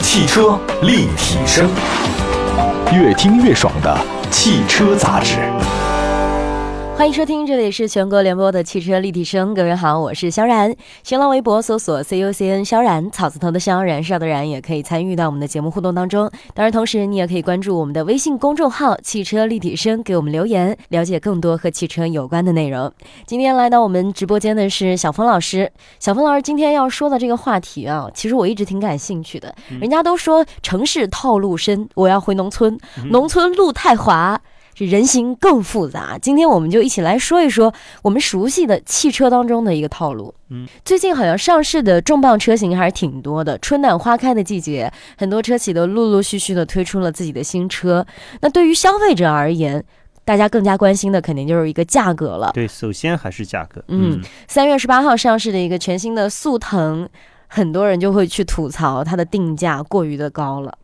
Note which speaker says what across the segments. Speaker 1: 汽车立体声，越听越爽的汽车杂志。
Speaker 2: 欢迎收听，这里是全国联播的汽车立体声。各位好，我是肖然。新浪微博搜索 CUCN 肖然，草字头的肖，燃烧的燃，也可以参与到我们的节目互动当中。当然，同时你也可以关注我们的微信公众号“汽车立体声”，给我们留言，了解更多和汽车有关的内容。今天来到我们直播间的是小峰老师。小峰老师今天要说的这个话题啊，其实我一直挺感兴趣的。人家都说城市套路深，我要回农村，农村路太滑。这人心更复杂。今天我们就一起来说一说我们熟悉的汽车当中的一个套路。嗯，最近好像上市的重磅车型还是挺多的。春暖花开的季节，很多车企都陆陆续续的推出了自己的新车。那对于消费者而言，大家更加关心的肯定就是一个价格了。
Speaker 3: 对，首先还是价格。
Speaker 2: 嗯，三月十八号上市的一个全新的速腾，很多人就会去吐槽它的定价过于的高了。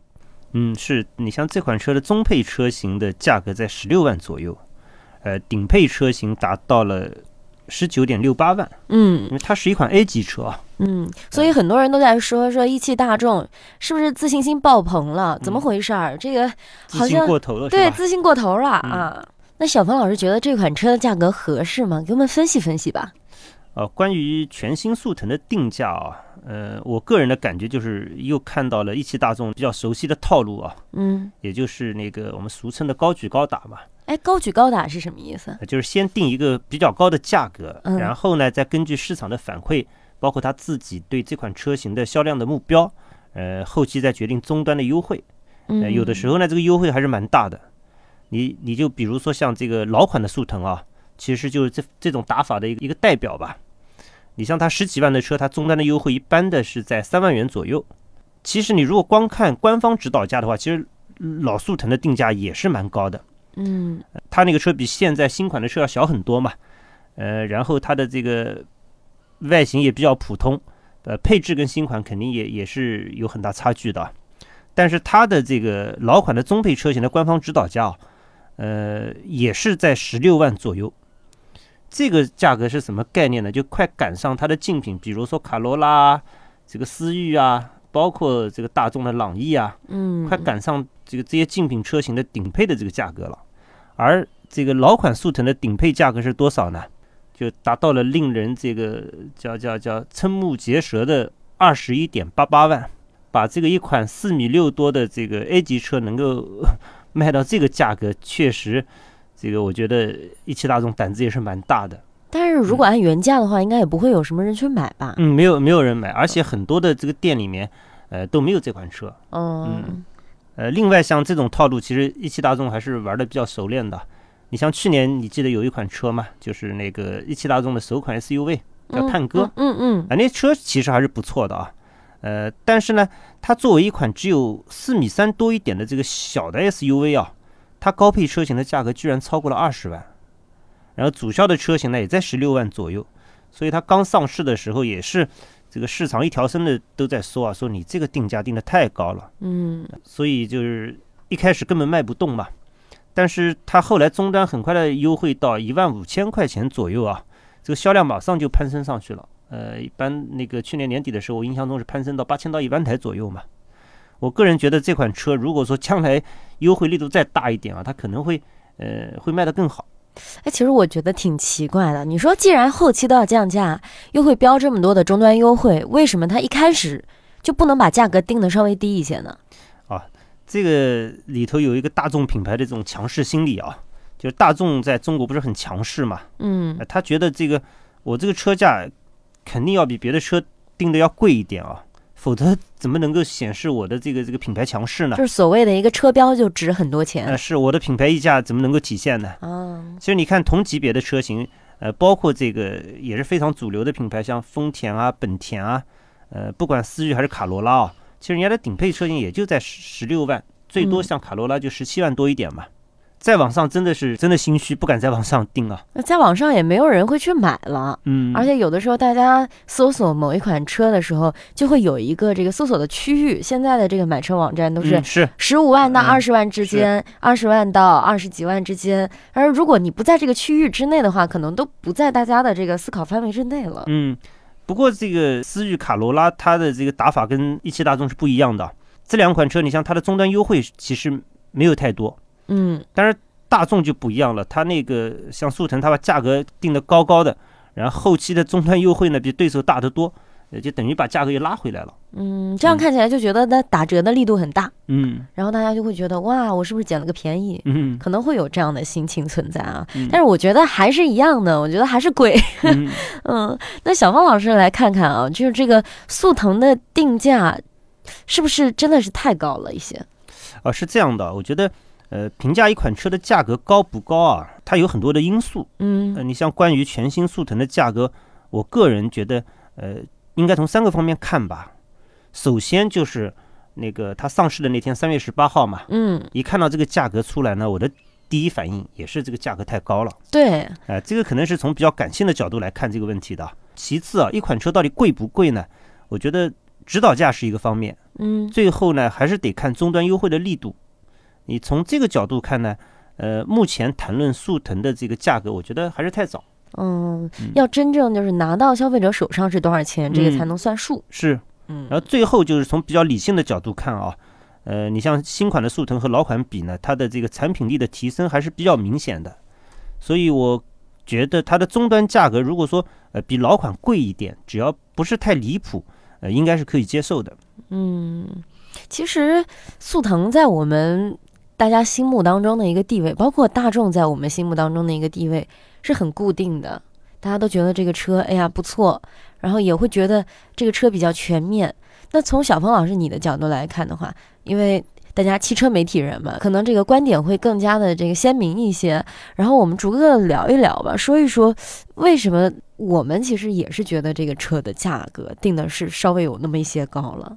Speaker 3: 嗯，是你像这款车的中配车型的价格在十六万左右，呃，顶配车型达到了十九点六八万，
Speaker 2: 嗯
Speaker 3: 因为它是一款 A 级车啊。
Speaker 2: 嗯，所以很多人都在说说一汽大众是不是自信心爆棚了？怎么回事儿？这个好
Speaker 3: 自信
Speaker 2: 像
Speaker 3: 过头了，
Speaker 2: 对
Speaker 3: 嗯哦是吧？嗯
Speaker 2: 自信过头了啊。那小鹏老师觉得这款车的价格合适吗？给我们分析分析吧。
Speaker 3: 呃，关于全新速腾的定价啊，呃，我个人的感觉就是又看到了一汽大众比较熟悉的套路啊，
Speaker 2: 嗯，
Speaker 3: 也就是那个我们俗称的高举高打嘛，
Speaker 2: 哎，高举高打是什么意思？
Speaker 3: 呃就是先定一个比较高的价格，
Speaker 2: 嗯
Speaker 3: 然后呢，再根据市场的反馈，包括他自己对这款车型的销量的目标，呃，后期再决定终端的优惠。呃，
Speaker 2: 嗯，
Speaker 3: 有的时候呢，这个优惠还是蛮大的。你你就比如说像这个老款的速腾啊，其实就是这这种打法的一个一个代表吧。你像它十几万的车，它终端的优惠一般的是在三万元左右。其实你如果光看官方指导价的话，其实老速腾的定价也是蛮高的。
Speaker 2: 嗯
Speaker 3: 它那个车比现在新款的车要小很多嘛，呃，然后它的这个外形也比较普通，呃，配置跟新款肯定也也是有很大差距的啊。但是它的这个老款的中配车型的官方指导价、啊，呃，也是在十六万左右。这个价格是什么概念呢？就快赶上它的竞品，比如说卡罗拉啊、这个思域啊，包括这个大众的朗逸啊，
Speaker 2: 嗯，
Speaker 3: 快赶上这个这些竞品车型的顶配的这个价格了。而这个老款速腾的顶配价格是多少呢？就达到了令人这个叫叫叫瞠目结舌的二十一点八八万，把这个一款四米六多的这个 A 级车能够呃卖到这个价格，确实，这个我觉得一汽大众胆子也是蛮大的。
Speaker 2: 但是如果按原价的话，应该也不会有什么人去买吧？
Speaker 3: 嗯，没有没有人买，而且很多的这个店里面，呃，都没有这款车。
Speaker 2: 嗯
Speaker 3: 嗯呃，另外像这种套路，其实一汽大众还是玩的比较熟练的。你像去年，你记得有一款车嘛，就是那个一汽大众的首款 SUV 叫探歌，啊、
Speaker 2: 嗯嗯
Speaker 3: 那车其实还是不错的啊。呃，但是呢，它作为一款只有四米三多一点的这个小的 SUV 啊，它高配车型的价格居然超过了二十万，然后主销的车型呢也在十六万左右，所以它刚上市的时候也是这个市场一条声的都在说啊，说你这个定价定的太高了。
Speaker 2: 嗯嗯
Speaker 3: 所以就是一开始根本卖不动嘛。但是它后来终端很快的优惠到一万五千块钱左右啊，这个销量马上就攀升上去了。呃，一般那个去年年底的时候，我印象中是攀升到八千到一万台左右嘛。我个人觉得这款车如果说将来优惠力度再大一点啊，它可能会呃会卖得更好。
Speaker 2: 哎，其实我觉得挺奇怪的。你说，既然后期都要降价，又会标这么多的终端优惠，为什么它一开始就不能把价格定的稍微低一些呢？
Speaker 3: 这个里头有一个大众品牌的这种强势心理啊，就是大众在中国不是很强势嘛，
Speaker 2: 嗯
Speaker 3: 呃他觉得这个我这个车价肯定要比别的车定的要贵一点啊，否则怎么能够显示我的这个这个品牌强势呢
Speaker 2: 就？是所谓的一个车标就值很多
Speaker 3: 呃，
Speaker 2: 钱
Speaker 3: 是我的品牌溢价怎么能够体现呢？
Speaker 2: 啊。
Speaker 3: 其实你看同级别的车型，呃，包括这个也是非常主流的品牌，像丰田啊、本田啊，呃，不管思域还是卡罗拉啊，其实人家的顶配车型也就在十六万，最多
Speaker 2: 嗯
Speaker 3: 像卡罗拉就十七万多一点嘛。再往上真的是真的心虚，不敢再往上定啊。
Speaker 2: 那在网上也没有人会去买了，
Speaker 3: 嗯
Speaker 2: 而且有的时候大家搜索某一款车的时候，就会有一个这个搜索的区域。现在的这个买车网站都是
Speaker 3: 嗯是
Speaker 2: 十五万到
Speaker 3: 嗯
Speaker 2: 二十万之
Speaker 3: 是
Speaker 2: 间，二十、万到二十几万之间。而如果你不在这个区域之内的话，可能都不在大家的这个思考范围之内了。
Speaker 3: 嗯，不过这个思域卡罗拉它的这个打法跟一汽大众是不一样的。这两款车，你像它的终端优惠其实没有太多，
Speaker 2: 嗯
Speaker 3: 但是大众就不一样了，它那个像速腾，它把价格定得高高的，然后后期的终端优惠呢比对手大得多，呃，就等于把价格又拉回来了。
Speaker 2: 嗯，这样看起来就觉得那打折的力度很大，
Speaker 3: 嗯
Speaker 2: 然后大家就会觉得哇，我是不是捡了个便宜？
Speaker 3: 嗯
Speaker 2: 可能会有这样的心情存在啊，
Speaker 3: 嗯
Speaker 2: 但是我觉得还是一样的，我觉得还是贵。
Speaker 3: 嗯，
Speaker 2: 嗯，那小芳老师来看看啊，就是这个速腾的定价是不是真的是太高了一些？
Speaker 3: 啊，是这样的，我觉得，呃，评价一款车的价格高不高啊，它有很多的因素。
Speaker 2: 嗯
Speaker 3: 呃，你像关于全新速腾的价格，我个人觉得，呃，应该从三个方面看吧。首先就是那个它上市的那天，三月十八号嘛，
Speaker 2: 嗯，
Speaker 3: 一看到这个价格出来呢，我的第一反应也是这个价格太高了。
Speaker 2: 对，
Speaker 3: 哎、这个可能是从比较感性的角度来看这个问题的啊。其次啊，一款车到底贵不贵呢？我觉得指导价是一个方面。
Speaker 2: 嗯
Speaker 3: 最后呢，还是得看终端优惠的力度。你从这个角度看呢，呃，目前谈论速腾的这个价格，我觉得还是太早。
Speaker 2: 嗯
Speaker 3: 嗯，
Speaker 2: 要真正就是拿到消费者手上是多少钱，这个
Speaker 3: 嗯
Speaker 2: 才能算数。
Speaker 3: 是，
Speaker 2: 嗯
Speaker 3: 然后最后就是从比较理性的角度看啊，呃，你像新款的速腾和老款比呢，它的这个产品力的提升还是比较明显的，所以我觉得它的终端价格如果说呃比老款贵一点，只要不是太离谱，呃，应该是可以接受的。
Speaker 2: 嗯，其实速腾在我们大家心目当中的一个地位，包括大众在我们心目当中的一个地位是很固定的。大家都觉得这个车，哎呀不错，然后也会觉得这个车比较全面。那从小鹏老师你的角度来看的话，因为大家汽车媒体人嘛，可能这个观点会更加的这个鲜明一些。然后我们逐个地聊一聊吧，说一说为什么我们其实也是觉得这个车的价格定的是稍微有那么一些高了。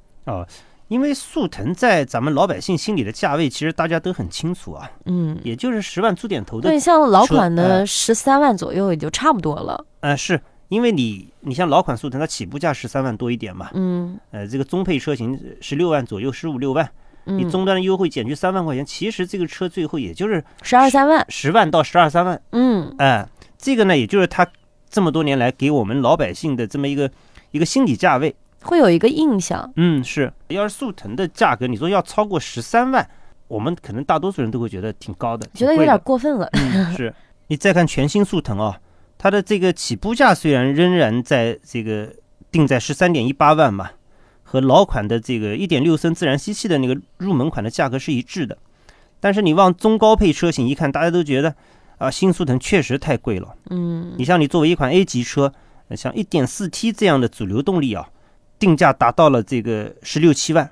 Speaker 3: 因为速腾在咱们老百姓心里的价位，其实大家都很清楚啊，
Speaker 2: 嗯，
Speaker 3: 也就是十万出点头的
Speaker 2: 对，像老款
Speaker 3: 车
Speaker 2: 的
Speaker 3: 呃
Speaker 2: 十三万左右也就差不多了。
Speaker 3: 呃，是因为你你像老款速腾，它起步价十三万多一点嘛，
Speaker 2: 嗯
Speaker 3: 呃，这个中配车型十六万左右，十五六万，你
Speaker 2: 嗯，
Speaker 3: 终端的优惠减去三万块钱，其实这个车最后也就是
Speaker 2: 十二三万。
Speaker 3: 十万到十二三万，
Speaker 2: 嗯
Speaker 3: 哎、这个呢，也就是它这么多年来给我们老百姓的这么一个一个心理价位，
Speaker 2: 会有一个印象。
Speaker 3: 嗯，是，要是速腾的价格，你说要超过十三万，我们可能大多数人都会觉得挺高的，
Speaker 2: 觉得
Speaker 3: 挺
Speaker 2: 有
Speaker 3: 贵
Speaker 2: 点
Speaker 3: 的
Speaker 2: 过分了，
Speaker 3: 嗯，是你再看全新速腾啊，它的这个起步价虽然仍然在这个定在十三点一八万嘛，和老款的这个一点六升自然吸气的那个入门款的价格是一致的，但是你往中高配车型一看，大家都觉得啊，新速腾确实太贵了。
Speaker 2: 嗯
Speaker 3: 你像你作为一款 A 级车，呃像一点四 T 这样的主流动力啊，定价达到了这个十六七万，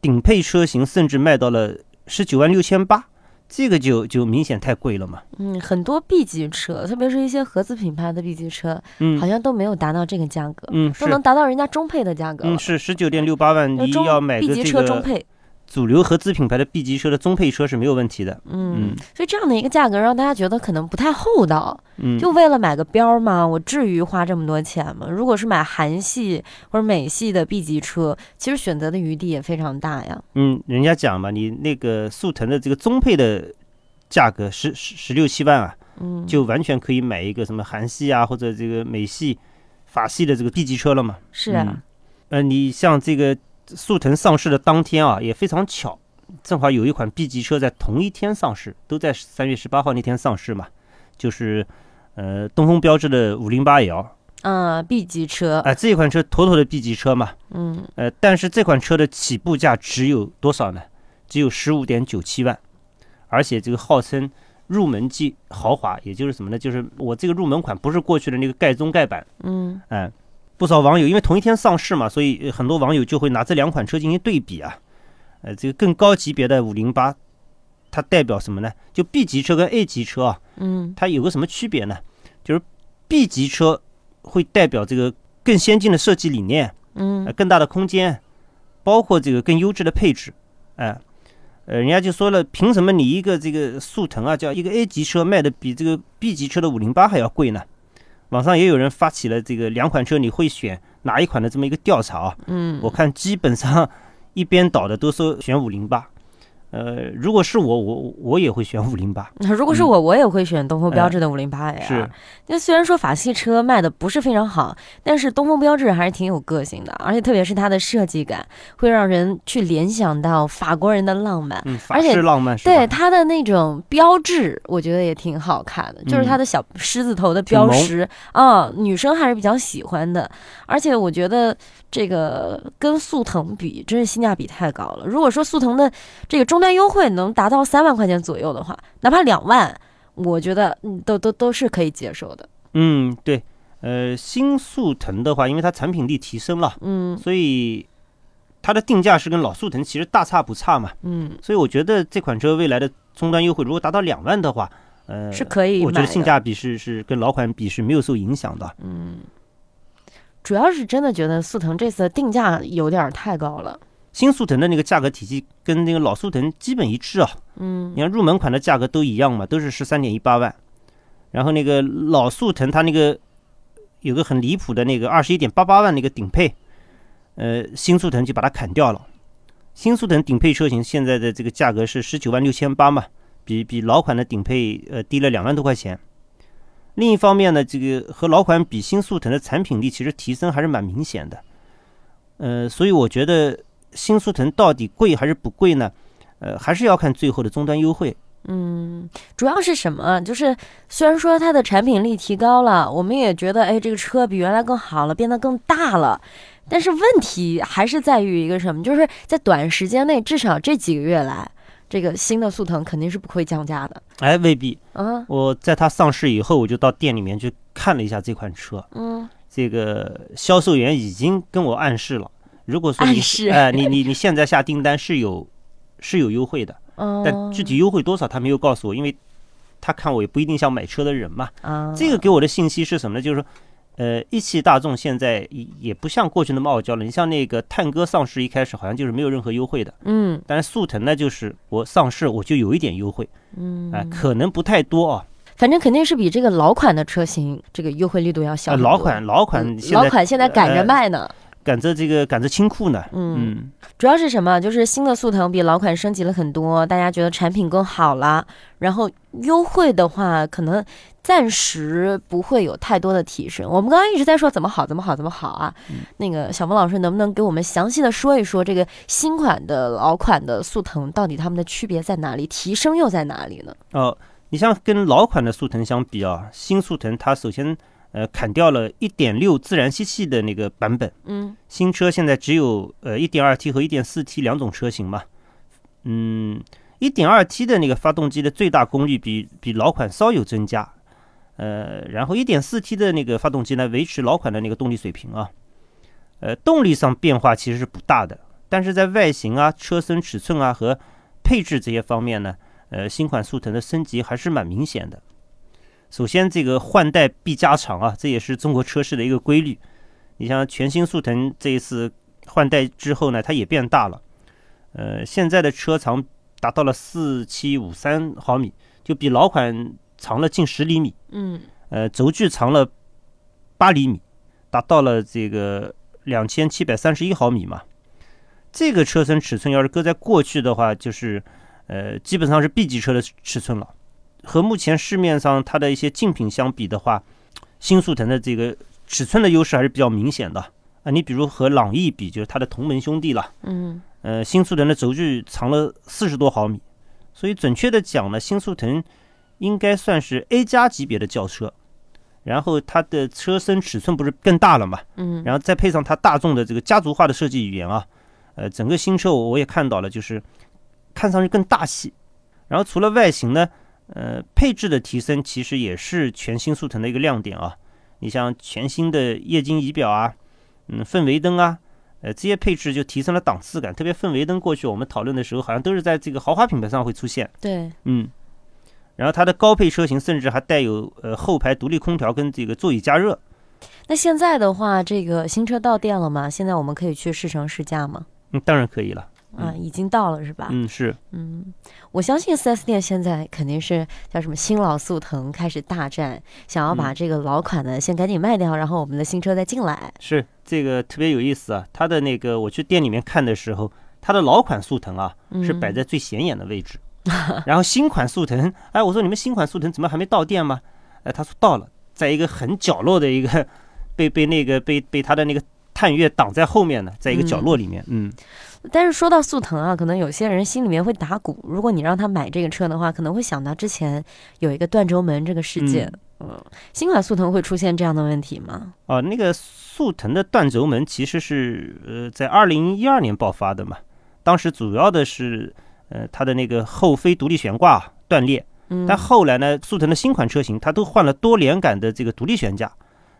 Speaker 3: 顶配车型甚至卖到了十九万六千八，这个就就明显太贵了嘛。
Speaker 2: 嗯，很多 B 级车，特别是一些合资品牌的 B 级车，
Speaker 3: 嗯
Speaker 2: 好像都没有达到这个价格，
Speaker 3: 嗯
Speaker 2: 都
Speaker 3: 是
Speaker 2: 能达到人家中配的价格了
Speaker 3: 嗯。是十九点六八万，
Speaker 2: 就
Speaker 3: 你
Speaker 2: 中
Speaker 3: 要买
Speaker 2: B
Speaker 3: 个
Speaker 2: 级
Speaker 3: 这
Speaker 2: 车中
Speaker 3: 个
Speaker 2: 配，
Speaker 3: 主流合资品牌的 B 级车的中配车是没有问题的。
Speaker 2: 嗯
Speaker 3: 嗯，
Speaker 2: 所以这样的一个价格让大家觉得可能不太厚道，
Speaker 3: 嗯，
Speaker 2: 就为了买个标吗？我至于花这么多钱吗？如果是买韩系或者美系的 B 级车，其实选择的余地也非常大呀。
Speaker 3: 嗯，人家讲嘛，你那个速腾的这个中配的价格十十十六七万啊，
Speaker 2: 嗯，
Speaker 3: 就完全可以买一个什么韩系啊，或者这个美系、法系的这个 B 级车了嘛。
Speaker 2: 是啊，
Speaker 3: 呃，你像这个速腾上市的当天啊，也非常巧，正好有一款 B 级车在同一天上市，都在三月十八号那天上市嘛，就是呃东风标致的五零八 L，啊、
Speaker 2: 啊、b 级车，
Speaker 3: 这款车妥妥的 B 级车嘛，
Speaker 2: 嗯，
Speaker 3: 呃，但是这款车的起步价只有多少呢？只有十五点九七万，而且这个号称入门级豪华，也就是什么呢？就是我这个入门款不是过去的那个盖中盖版，
Speaker 2: 嗯
Speaker 3: 哎、不少网友因为同一天上市嘛，所以呃很多网友就会拿这两款车进行对比啊。呃，这个更高级别的五零八，它代表什么呢？就 B 级车跟 A 级车啊，
Speaker 2: 嗯
Speaker 3: 它有个什么区别呢？就是 B 级车会代表这个更先进的设计理念，呃，
Speaker 2: 嗯
Speaker 3: 更大的空间，包括这个更优质的配置，哎、呃，人家就说了，凭什么你一个这个速腾啊，叫一个 A 级车卖的比这个 B 级车的五零八还要贵呢？网上也有人发起了这个两款车你会选哪一款的这么一个调查啊，
Speaker 2: 嗯，
Speaker 3: 我看基本上一边倒的都说选五零八，呃，如果是我，我我也会选五零八。
Speaker 2: 如果是我，我也会选东风标致的五零八 AR。
Speaker 3: 嗯哎是，
Speaker 2: 那虽然说法系车卖的不是非常好，但是东风标致还是挺有个性的，而且特别是它的设计感，会让人去联想到法国人的浪漫。
Speaker 3: 嗯，
Speaker 2: 而
Speaker 3: 法
Speaker 2: 且
Speaker 3: 式浪漫是吧？
Speaker 2: 对它的那种标志，我觉得也挺好看的，
Speaker 3: 嗯
Speaker 2: 就是它的小狮子头的标识啊、女生还是比较喜欢的。而且我觉得这个跟速腾比，真是性价比太高了。如果说速腾的这个终端优惠能达到三万块钱左右的话，哪怕两万，我觉得嗯都都都是可以接受的。
Speaker 3: 嗯，对，呃，新速腾的话，因为它产品力提升了，
Speaker 2: 嗯
Speaker 3: 所以它的定价是跟老速腾其实大差不差嘛。
Speaker 2: 嗯，
Speaker 3: 所以我觉得这款车未来的终端优惠如果达到两万的话，呃，
Speaker 2: 是可以买的。
Speaker 3: 我觉得性价比是是跟老款比是没有受影响的。
Speaker 2: 嗯，主要是真的觉得速腾这次的定价有点太高了。
Speaker 3: 新速腾的那个价格体系跟那个老速腾基本一致啊，
Speaker 2: 嗯
Speaker 3: 你看入门款的价格都一样嘛，都是十三点一八万，然后那个老速腾它那个有个很离谱的那个二十一点八八万那个顶配，呃，新速腾就把它砍掉了。新速腾顶配车型现在的这个价格是十九万六千八嘛，比比老款的顶配呃低了两万多块钱。另一方面呢，这个和老款比，新速腾的产品力其实提升还是蛮明显的。呃，所以我觉得新速腾到底贵还是不贵呢？呃，还是要看最后的终端优惠。
Speaker 2: 嗯，主要是什么？就是虽然说它的产品力提高了，我们也觉得哎，这个车比原来更好了，变得更大了。但是问题还是在于一个什么？就是在短时间内，至少这几个月来，这个新的速腾肯定是不会降价的。
Speaker 3: 哎，未必。
Speaker 2: 啊，
Speaker 3: 我在它上市以后，我就到店里面去看了一下这款车，
Speaker 2: 嗯，
Speaker 3: 这个销售员已经跟我暗示了，如果说
Speaker 2: 暗
Speaker 3: 你
Speaker 2: 示
Speaker 3: 哎、你你你现在下订单是有是有优惠的，
Speaker 2: 哦，
Speaker 3: 但具体优惠多少他没有告诉我，因为他看我也不一定像买车的人嘛。
Speaker 2: 啊，
Speaker 3: 这个给我的信息是什么呢？就是说，呃，一汽大众现在也也不像过去那么傲娇了。你像那个探戈上市一开始好像就是没有任何优惠的，
Speaker 2: 嗯
Speaker 3: 但是速腾呢，就是我上市我就有一点优惠，
Speaker 2: 嗯，
Speaker 3: 哎、可能不太多啊。
Speaker 2: 反正肯定是比这个老款的车型这个优惠力度要小
Speaker 3: 啊，
Speaker 2: 很多、
Speaker 3: 老款老款
Speaker 2: 嗯
Speaker 3: 现
Speaker 2: 老
Speaker 3: 在
Speaker 2: 款现在赶着
Speaker 3: 呃
Speaker 2: 卖呢。
Speaker 3: 赶着这个赶着清库呢。
Speaker 2: 嗯
Speaker 3: 嗯，
Speaker 2: 主要是什么？就是新的速腾比老款升级了很多，大家觉得产品更好了。然后优惠的话，可能暂时不会有太多的提升。我们刚刚一直在说怎么好，怎么好，怎么好啊。那个小峰老师能不能给我们详细的说一说这个新款的、老款的速腾到底它们的区别在哪里，提升又在哪里呢？
Speaker 3: 哦，你像跟老款的速腾相比啊，新速腾它首先呃砍掉了1.6自然吸气的那个版本，
Speaker 2: 嗯
Speaker 3: 新车现在只有呃 1.2T 和 1.4T 两种车型嘛。嗯，1.2T 的那个发动机的最大功率比比老款稍有增加，呃，然后 1.4T 的那个发动机呢维持老款的那个动力水平啊。呃，动力上变化其实是不大的，但是在外形啊、车身尺寸啊和配置这些方面呢，呃，新款速腾的升级还是蛮明显的。首先，这个换代必加长啊，这也是中国车市的一个规律。你像全新速腾这一次换代之后呢，它也变大了，呃，现在的车长达到了四七五三毫米，就比老款长了近十厘米，
Speaker 2: 嗯
Speaker 3: 呃，轴距长了八厘米，达到了这个两千七百三十一毫米嘛。这个车身尺寸要是搁在过去的话，就是呃，基本上是 B 级车的尺寸了。和目前市面上它的一些竞品相比的话，新速腾的这个尺寸的优势还是比较明显的啊。你比如和朗逸比，就是它的同门兄弟了。
Speaker 2: 嗯
Speaker 3: 呃，新速腾的轴距长了四十多毫米，所以准确的讲呢，新速腾应该算是 A 加级别的轿车。然后它的车身尺寸不是更大了嘛，
Speaker 2: 嗯
Speaker 3: 然后再配上它大众的这个家族化的设计语言啊，呃，整个新车我我也看到了，就是看上去更大气。然后除了外形呢，呃，配置的提升其实也是全新速腾的一个亮点啊。你像全新的液晶仪表啊，嗯，氛围灯啊，呃，这些配置就提升了档次感。特别氛围灯，过去我们讨论的时候好像都是在这个豪华品牌上会出现，
Speaker 2: 对，
Speaker 3: 嗯。然后它的高配车型甚至还带有呃后排独立空调跟这个座椅加热，
Speaker 2: 那现在的话，这个新车到店了吗？现在我们可以去试乘试驾吗？
Speaker 3: 嗯，当然可以了，
Speaker 2: 啊，已经到了是吧？
Speaker 3: 嗯，是。
Speaker 2: 嗯，我相信 4S 店现在肯定是叫什么新老速腾开始大战，想要把
Speaker 3: 嗯
Speaker 2: 这个老款的先赶紧卖掉，然后我们的新车再进来。
Speaker 3: 是这个特别有意思啊，它的那个我去店里面看的时候，它的老款速腾啊
Speaker 2: 嗯
Speaker 3: 是摆在最显眼的位置，然后新款速腾，哎，我说你们新款速腾怎么还没到店吗？哎，他说到了，在一个很角落的一个被被那个被被他的那个探岳挡在后面的，在一个角落里面，嗯，
Speaker 2: 但是说到速腾啊，可能有些人心里面会打鼓。如果你让他买这个车的话，可能会想到之前有一个断轴门这个事件。嗯，新款速腾会出现这样的问题吗？
Speaker 3: 哦、那个速腾的断轴门其实是呃在二零一二年爆发的嘛，当时主要的是呃它的那个后飞独立悬挂啊断裂，
Speaker 2: 嗯，
Speaker 3: 但后来呢，速腾的新款车型它都换了多连杆的这个独立悬架，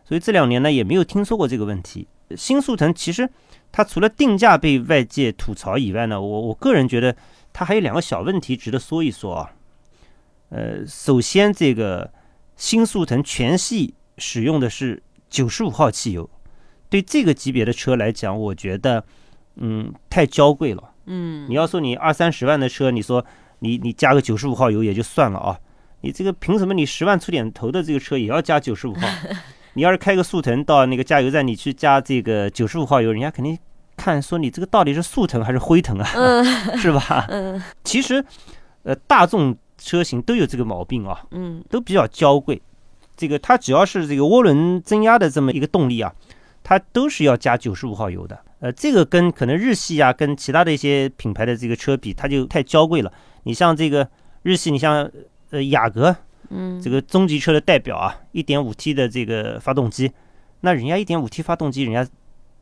Speaker 3: 所以这两年呢也没有听说过这个问题。新速腾其实它除了定价被外界吐槽以外呢，我我个人觉得它还有两个小问题值得说一说啊。呃，首先这个新速腾全系使用的是九十五号汽油，对这个级别的车来讲，我觉得嗯太娇贵了。
Speaker 2: 嗯，
Speaker 3: 你要说你二三十万的车，你说你你加个九十五号油也就算了啊，你这个凭什么你十万出点头的这个车也要加九十五号？你要是开个速腾到那个加油站，你去加这个九十五号油，人家肯定看说你这个到底是速腾还是辉腾啊， 是吧？
Speaker 2: 嗯
Speaker 3: 其实，呃，大众车型都有这个毛病啊，
Speaker 2: 嗯
Speaker 3: 都比较娇贵。这个它只要是这个涡轮增压的这么一个动力啊，它都是要加九十五号油的。呃，这个跟可能日系啊，跟其他的一些品牌的这个车比，它就太娇贵了。你像这个日系，你像呃雅阁
Speaker 2: 嗯，
Speaker 3: 这
Speaker 2: 个
Speaker 3: 个中级车的代表啊，一点五 T 的这个发动机，那人家一点五 T 发动机，人家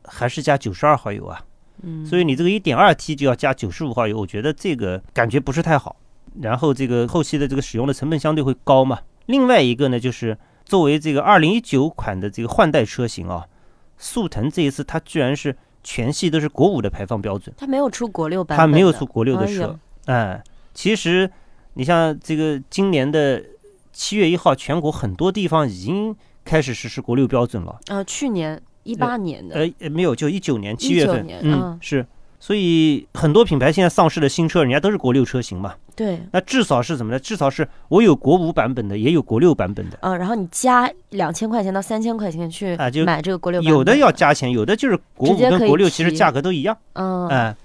Speaker 3: 还是加九十二号油啊。
Speaker 2: 嗯，
Speaker 3: 所以你这个一点二 T 就要加九十五号油，我觉得这个感觉不是太好。然后这个后期的这个使用的成本相对会高嘛。另外一个呢，就是作为这个二零一九款的这个换代车型啊，速腾这一次它居然是全系都是国五的排放标准，
Speaker 2: 它没有出国六版本
Speaker 3: 它
Speaker 2: 的，
Speaker 3: 没有出国六的
Speaker 2: 哎呦
Speaker 3: 车。哎、其实你像这个今年的七月一号，全国很多地方已经开始实施国六标准了。
Speaker 2: 呃，去年一八年的，
Speaker 3: 呃，呃没有，就一九年七月份，
Speaker 2: 年嗯
Speaker 3: 嗯，是，所以很多品牌现在上市的新车，人家都是国六车型嘛，
Speaker 2: 对，
Speaker 3: 那至少是什么呢？至少是我有国五版本的，也有国六版本的，
Speaker 2: 啊，然后你加两千块钱到三千块钱去
Speaker 3: 啊就
Speaker 2: 买这个国六版本，
Speaker 3: 有的要加钱，有的就是国
Speaker 2: 直
Speaker 3: 五
Speaker 2: 接
Speaker 3: 跟
Speaker 2: 可以
Speaker 3: 国六其实
Speaker 2: 提
Speaker 3: 价格都一样，
Speaker 2: 嗯，
Speaker 3: 哎、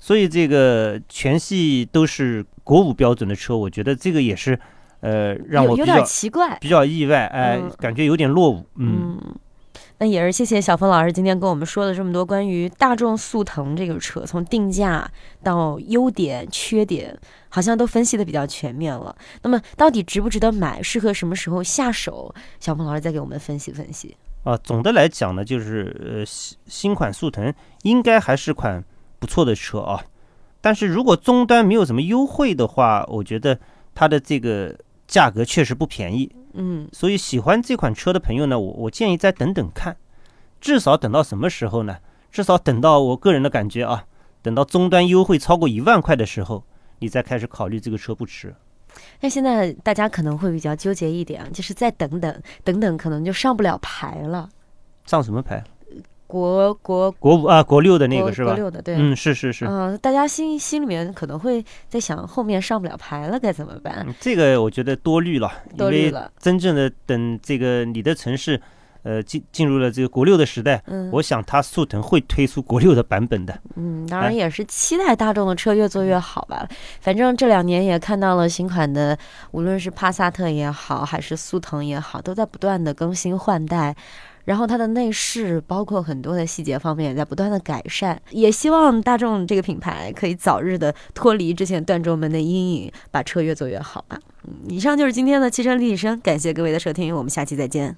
Speaker 3: 所以这个全系都是国五标准的车，我觉得这个也是，呃，让
Speaker 2: 有
Speaker 3: 我比
Speaker 2: 有点
Speaker 3: 较
Speaker 2: 奇怪，
Speaker 3: 比较意外，哎、
Speaker 2: 嗯
Speaker 3: 感觉有点落伍，嗯
Speaker 2: 嗯。那也是谢谢小峰老师今天跟我们说了这么多关于大众速腾这个车，从定价到优点、缺点，好像都分析的比较全面了。那么到底值不值得买，适合什么时候下手？小峰老师再给我们分析分析。
Speaker 3: 啊，总的来讲呢，就是呃，新新款速腾应该还是款不错的车啊。但是如果终端没有什么优惠的话，我觉得它的这个价格确实不便宜。
Speaker 2: 嗯
Speaker 3: 所以喜欢这款车的朋友呢，我我建议再等等看，至少等到什么时候呢？至少等到我个人的感觉啊，等到终端优惠超过一万块的时候，你再开始考虑这个车不迟。
Speaker 2: 那现在大家可能会比较纠结一点，啊，就是再等等等等，可能就上不了牌了。
Speaker 3: 上什么牌？
Speaker 2: 国国
Speaker 3: 国五啊，国六的那
Speaker 2: 国
Speaker 3: 个是
Speaker 2: 国
Speaker 3: 吧？
Speaker 2: 六的对，
Speaker 3: 嗯，是是是。
Speaker 2: 嗯、大家心心里面可能会在想，后面上不了牌了该怎么办？
Speaker 3: 嗯这个我觉得多虑了，
Speaker 2: 多虑
Speaker 3: 嗯因为
Speaker 2: 了
Speaker 3: 真正的等这个你的城市，呃，进进入了这个国六的时代，
Speaker 2: 嗯，
Speaker 3: 我想它速腾会推出国六的版本的。
Speaker 2: 嗯，当
Speaker 3: 哎
Speaker 2: 然也是期待大众的车越做越好吧。反正这两年也看到了新款的，无论是帕萨特也好，还是速腾也好，都在不断的更新换代。然后它的内饰，包括很多的细节方面，也在不断的改善。也希望大众这个品牌可以早日的脱离之前断轴门的阴影，把车越做越好吧。嗯，以上就是今天的汽车立体声，感谢各位的收听，我们下期再见。